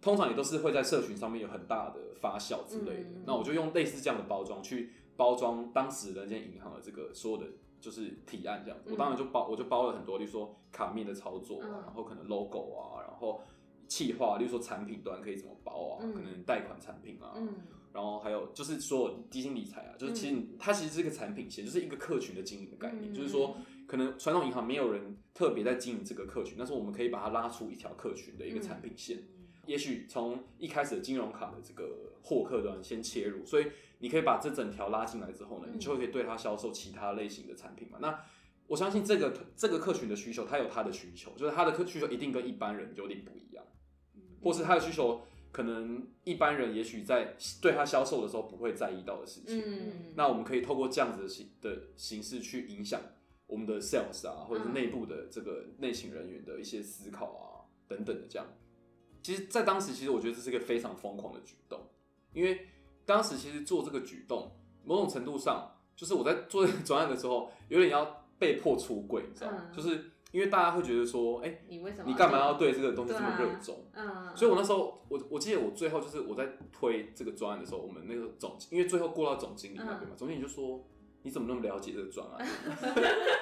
Speaker 4: 通常也都是会在社群上面有很大的发酵之类的。
Speaker 3: 嗯
Speaker 4: 那我就用类似这样的包装去包装当时人间银行的这个所有的就是提案这样子。
Speaker 3: 嗯
Speaker 4: 我当然就包我就包了很多，例如说卡面的操作啊，
Speaker 3: 嗯
Speaker 4: 然后可能 logo 啊，然后企划，例如说产品端可以怎么包啊，
Speaker 3: 嗯
Speaker 4: 可能贷款产品啊，
Speaker 3: 嗯
Speaker 4: 然后还有就是所有基金理财啊，就是其实你它其实是一个产品线，就是一个客群的经营的概念，
Speaker 3: 嗯
Speaker 4: 就是说可能传统银行没有人特别在经营这个客群，但是我们可以把它拉出一条客群的一个产品线。
Speaker 3: 嗯
Speaker 4: 也许从一开始的金融卡的这个获客端先切入，所以你可以把这整条拉进来之后呢，
Speaker 3: 嗯
Speaker 4: 你就会可以对它销售其他类型的产品嘛。那我相信这个这个客群的需求，它有它的需求，就是它的客需求一定跟一般人有点不一样，或是它的需求可能一般人也许在对它销售的时候不会在意到的事情。
Speaker 3: 嗯，
Speaker 4: 那我们可以透过这样子的形的形式去影响我们的 sales 啊，或者是内部的这个内勤人员的一些思考啊等等的这样。其实，在当时，其实我觉得这是一个非常疯狂的举动，因为当时其实做这个举动，某种程度上就是我在做这个专案的时候，有点要被迫出柜，你知道吗？
Speaker 3: 嗯
Speaker 4: 就是因为大家会觉得说，哎、
Speaker 3: 你为什么
Speaker 4: 你干嘛要对这个东西这么
Speaker 3: 对啊
Speaker 4: 热衷？
Speaker 3: 嗯，
Speaker 4: 所以我那时候，我我记得我最后就是我在推这个专案的时候，我们那个总，因为最后过到总经理那
Speaker 3: 嗯
Speaker 4: 边嘛，总经理就说：“你怎么那么了解这个专案？”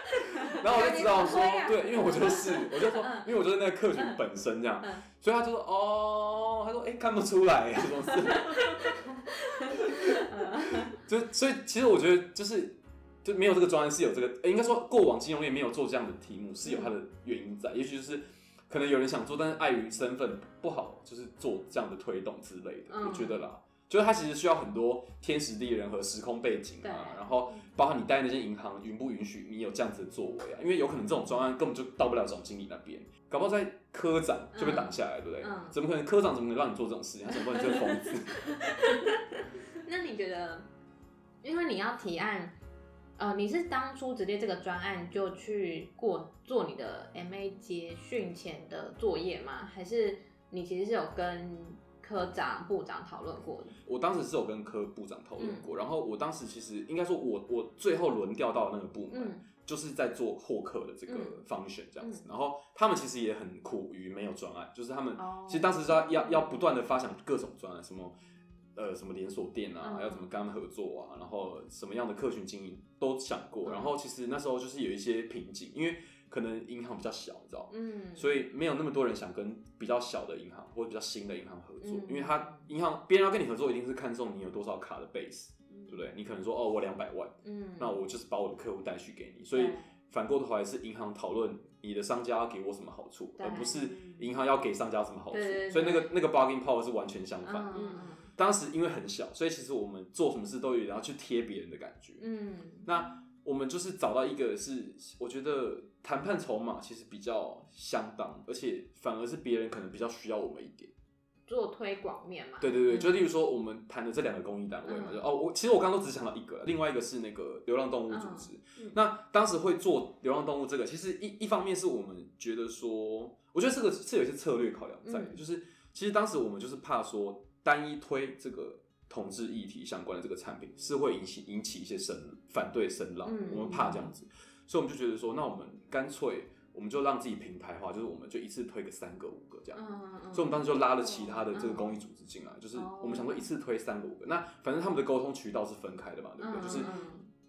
Speaker 4: 然后我就知道说
Speaker 3: 有点不会，啊
Speaker 4: 对，因为我 就是，我就说
Speaker 3: 嗯，
Speaker 4: 因为我就是那个客群本身这样
Speaker 3: 嗯嗯，
Speaker 4: 所以他就说：“哦，他说哎、看不出来什么事。”就所以其实我觉得就是。就没有这个专案是有这个，呃应该说过往金融业没有做这样的题目是有它的
Speaker 3: 嗯
Speaker 4: 原因在，也许就是可能有人想做，但是碍于身份不好，就是做这样的推动之类的。
Speaker 3: 嗯
Speaker 4: 我觉得啦，就是它其实需要很多天时地利人和、时空背景
Speaker 3: 对
Speaker 4: 啊，然后包含你待那些银行允不允许你有这样子的作为啊，因为有可能这种专案根本就到不了总经理那边，搞不好在科长就被挡下来，对不对？
Speaker 3: 嗯
Speaker 4: 怎么可能科长怎么能让你做这种事情？他怎么能这个疯子？
Speaker 3: 那你觉得，因为你要提案，呃，你是当初直接这个专案就去过做你的 MA 结训前的作业吗？还是你其实是有跟科长、部长讨论过的？
Speaker 4: 我当时是有跟科部长讨
Speaker 3: 嗯
Speaker 4: 论过，然后我当时其实应该说我，我最后轮调到那个部门，
Speaker 3: 嗯
Speaker 4: 就是在做获客的这个
Speaker 3: 嗯
Speaker 4: function 这样子。然后他们其实也很苦于没有专案，就是他们
Speaker 3: 哦
Speaker 4: 其实当时是要要要不断的发想各种专案，什么呃什么连锁店啊，
Speaker 3: 嗯
Speaker 4: 要怎么跟他们合作啊，然后什么样的客群经营都想过。
Speaker 3: 嗯
Speaker 4: 然后其实那时候就是有一些瓶颈，因为可能银行比较小，你知道吗？
Speaker 3: 嗯，
Speaker 4: 所以没有那么多人想跟比较小的银行或者比较新的银行合作，
Speaker 3: 嗯
Speaker 4: 因为他银行别人要跟你合作，一定是看中你有多少卡的 base，对不对？你可能说哦，我两百万，
Speaker 3: 嗯，
Speaker 4: 那我就是把我的客户带去给你，所以反过头来是银行讨论你的商家要给我什么好处，
Speaker 3: 对嗯
Speaker 4: 而不是银行要给商家什么好处
Speaker 3: 对对，对
Speaker 4: 所以那个那个 bargaining power 是完全相
Speaker 3: 嗯
Speaker 4: 反的。
Speaker 3: 嗯嗯
Speaker 4: 当时因为很小，所以其实我们做什么事都有点要去贴别人的感觉。
Speaker 3: 嗯，
Speaker 4: 那我们就是找到一个是，我觉得谈判筹码其实比较相当，而且反而是别人可能比较需要我们一点。
Speaker 3: 做推广面嘛，
Speaker 4: 对对对，
Speaker 3: 嗯
Speaker 4: 就例如说我们谈的这两个公益单位嘛，
Speaker 3: 嗯
Speaker 4: 就哦，我其实我刚刚都只想到一个，另外一个是那个流浪动物组织。
Speaker 3: 嗯嗯
Speaker 4: 那当时会做流浪动物这个，其实一一方面是我们觉得说，我觉得这个是有一些策略考量在的，
Speaker 3: 嗯
Speaker 4: 就是其实当时我们就是怕说单一推这个。统治议题相关的这个产品是会引起引起一些声反对声浪，
Speaker 3: 嗯
Speaker 4: 我们怕这样子，所以我们就觉得说，那我们干脆我们就让自己平台化，就是我们就一次推个三个五个这样，
Speaker 3: 嗯哦嗯，
Speaker 4: 所以我们当时就拉了其他的这个公益组织进来，就是我们想说一次推三个五个，那反正他们的沟通渠道是分开的嘛，对不对？
Speaker 3: 嗯
Speaker 4: 就是
Speaker 3: 嗯嗯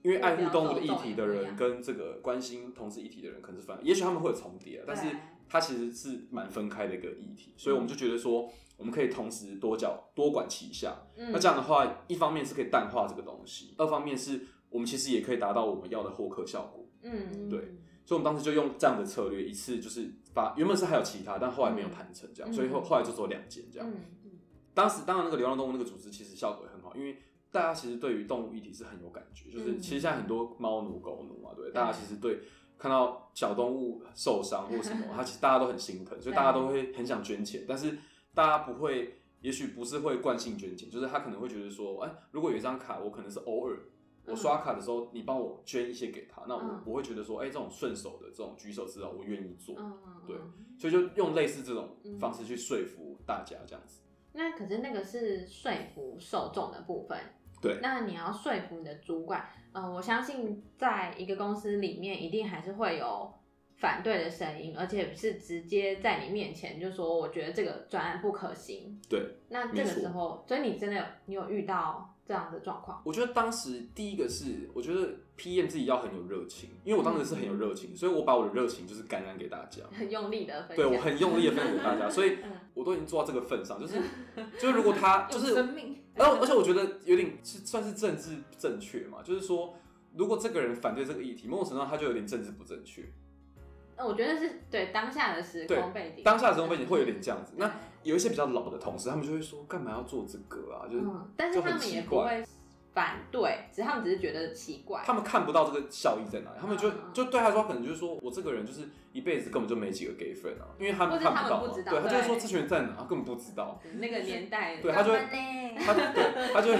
Speaker 4: 因为爱护动物的议
Speaker 3: 啊
Speaker 4: 题的
Speaker 3: 目标受众也不一
Speaker 4: 人
Speaker 3: 样
Speaker 4: 跟这个关心同志议题的人可能是反，也许他们会有重叠啊，但是
Speaker 3: 对嗯
Speaker 4: 它其实是蛮分开的一个议题，所以我们就觉得说，我们可以同时多角多管齐下，
Speaker 3: 嗯，
Speaker 4: 那这样的话，一方面是可以淡化这个东西，二方面是我们其实也可以达到我们要的获客效果。
Speaker 3: 嗯，
Speaker 4: 对，所以我们当时就用这样的策略，一次就是把原本是还有其他，但后来没有谈成这样，
Speaker 3: 嗯
Speaker 4: 所以后后来就只有两件这样。
Speaker 3: 嗯
Speaker 4: 当时当然那个流浪动物那个组织其实效果也很好，因为大家其实对于动物议题是很有感觉，就是
Speaker 3: 嗯
Speaker 4: 其实现在很多猫奴狗奴嘛，对，大家其实对看到小动物受伤 或什么，它其实大家都很心疼，所以大家都会很想捐钱，但是大家不会，也许不是会惯性捐钱，就是他可能会觉得说，哎，如果有一张卡，我可能是偶尔。我刷卡的时候，你帮我捐一些给他，那我、
Speaker 3: 嗯
Speaker 4: 我会觉得说，哎、这种顺手的这种举手之劳，我愿意做，
Speaker 3: 嗯，
Speaker 4: 对
Speaker 3: 嗯
Speaker 4: 所以就用类似这种方式去说服大家这样子。
Speaker 3: 那可是那个是说服受众的部分。
Speaker 4: 对
Speaker 3: 那你要说服你的主管，嗯、我相信在一个公司里面，一定还是会有反对的声音，而且是直接在你面前就说，我觉得这个专案不可行。
Speaker 4: 对，
Speaker 3: 那这
Speaker 4: 没
Speaker 3: 个
Speaker 4: 错
Speaker 3: 时候，所以你真的有你有遇到这样的状况？
Speaker 4: 我觉得当时第一个是，我觉得 PM 自己要很有热情，因为我当时是很有热情，所以我把我的热情就是感染给大 家，
Speaker 3: 很用力的分
Speaker 4: 对
Speaker 3: 享，
Speaker 4: 我很用力的分享给大家，所以我都已经做到这个份上，就是就是如果他
Speaker 1: 嗯
Speaker 4: 就
Speaker 1: 有
Speaker 4: 是
Speaker 1: 生命，
Speaker 4: 然后，而且我觉得有点是算是政治正确嘛，就是说，如果这个人反对这个议题，某种程度上他就有点政治不正确。
Speaker 3: 那我觉得是对当下的时空
Speaker 4: 对
Speaker 3: 背景，嗯
Speaker 4: 当下的时候背景会有点这样子。那有一些比较老的同事，他们就会说，干嘛要做这个啊？就是、
Speaker 3: 嗯，但是
Speaker 4: 就很
Speaker 3: 他们也
Speaker 4: 奇
Speaker 3: 不
Speaker 4: 怪
Speaker 3: 会反对，只是他们只是觉得奇怪。
Speaker 4: 他们看不到这个效益在哪里，他们就
Speaker 3: 嗯嗯
Speaker 4: 就对他来说，可能就是说我这个人就是一辈子根本就没几个 gay 粉啊，因为他
Speaker 3: 或
Speaker 4: 们
Speaker 3: 者
Speaker 4: 看
Speaker 3: 他
Speaker 4: 到
Speaker 3: 们
Speaker 4: 嘛，
Speaker 3: 不知道
Speaker 4: 对，他就会
Speaker 3: 对
Speaker 4: 说这群人在哪，他根本不知道，
Speaker 3: 那 个年代，
Speaker 4: 对，他就会
Speaker 1: 他们呢
Speaker 4: 他 对他就会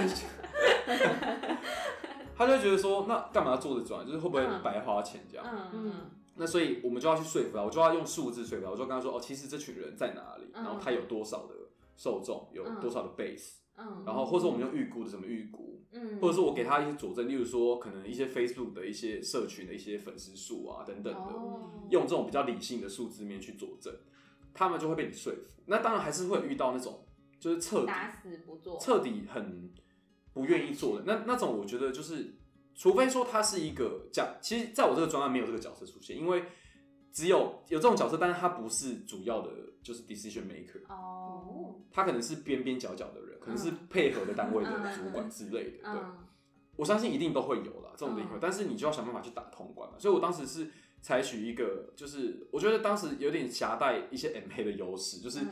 Speaker 4: 他就会觉得说，那干嘛要做这转，就是会不会
Speaker 3: 嗯
Speaker 4: 白花钱这样？
Speaker 3: 嗯嗯
Speaker 4: 那所以我们就要去说服他，我就要用数字说服他，我就跟他说，哦，其实这群人在哪里，
Speaker 3: 嗯
Speaker 4: 然后他有多少的受众，有多少的 base，、
Speaker 3: 嗯，
Speaker 4: 然后或者我们用预估的什么预估，
Speaker 3: 嗯，
Speaker 4: 或者是我给他一些佐证，例如说可能一些 Facebook 的一些社群的一些粉丝数啊等等的，
Speaker 3: 哦
Speaker 4: 用这种比较理性的数字面去佐证，他们就会被你说服。那当然还是会有遇到那种就是彻底
Speaker 3: 打死不做，嗯
Speaker 4: 彻底很不愿意做的，那那种我觉得就是，除非说他是一个角，其实在我这个专案没有这个角色出现，因为只有有这种角色，但是他不是主要的，就是 decision maker，
Speaker 3: 哦，
Speaker 4: 他可能是边边角角的人，可能是
Speaker 3: 嗯
Speaker 4: 配合的单位的
Speaker 3: 嗯嗯
Speaker 4: 主管之类的，对。
Speaker 3: 嗯
Speaker 4: 我相信一定都会有啦，这种一定会，
Speaker 3: 嗯
Speaker 4: 但是你就要想办法去打通关嘛。所以我当时是采取一个，就是我觉得当时有点夹带一些 M A 的优势，就是
Speaker 3: 嗯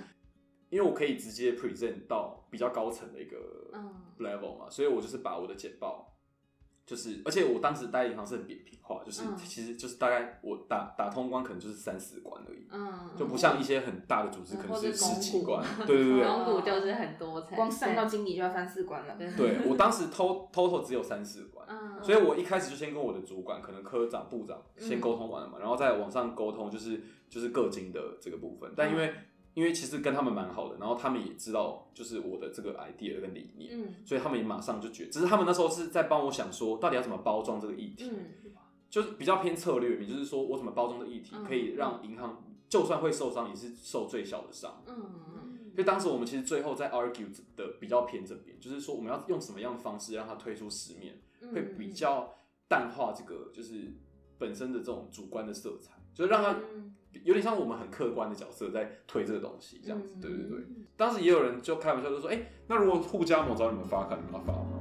Speaker 4: 因为我可以直接 present 到比较高层的一个
Speaker 3: 嗯
Speaker 4: level 嘛，所以我就是把我的简报。就是，而且我当时待银行是很扁平化，就是、
Speaker 3: 嗯
Speaker 4: 其实就是大概我打打通关可能就是三四关而已，
Speaker 3: 嗯，
Speaker 4: 就不像一些很大的组
Speaker 3: 嗯
Speaker 4: 织可能
Speaker 3: 或是
Speaker 4: 是十几
Speaker 3: 公股
Speaker 4: 关，对对 对，
Speaker 3: 蒙古就是很多层，
Speaker 1: 光上到经理就要三四关了。
Speaker 3: 对
Speaker 4: 对我当时偷偷偷只有三四关，
Speaker 3: 嗯，
Speaker 4: 所以我一开始就先跟我的主管，可能科长、部长
Speaker 3: 嗯
Speaker 4: 先沟通完了嘛，然后再往上沟通，就是就是各经的这个部分。但因为、
Speaker 3: 嗯
Speaker 4: 因为其实跟他们蛮好的，然后他们也知道就是我的这个 idea 跟理念，
Speaker 3: 嗯
Speaker 4: 所以他们也马上就觉只是他们那时候是在帮我想说，到底要怎么包装这个议题，
Speaker 3: 嗯
Speaker 4: 就是比较偏策略面，就是说我怎么包装这个议题，
Speaker 3: 嗯
Speaker 4: 可以让银行就算会受伤，也是受最小的伤。
Speaker 3: 嗯
Speaker 4: 所以当时我们其实最后在 argue 的比较偏这边，就是说我们要用什么样的方式让它推出市面。
Speaker 3: 嗯，
Speaker 4: 会比较淡化这个就是本身的这种主观的色彩，就是让它
Speaker 3: 嗯
Speaker 4: 有点像我们很客观的角色在推这个东西这样子。
Speaker 3: 嗯
Speaker 4: 对对对，当时也有人就开玩笑就说：“哎、那如果互加盟找你们发卡，你们要发吗？”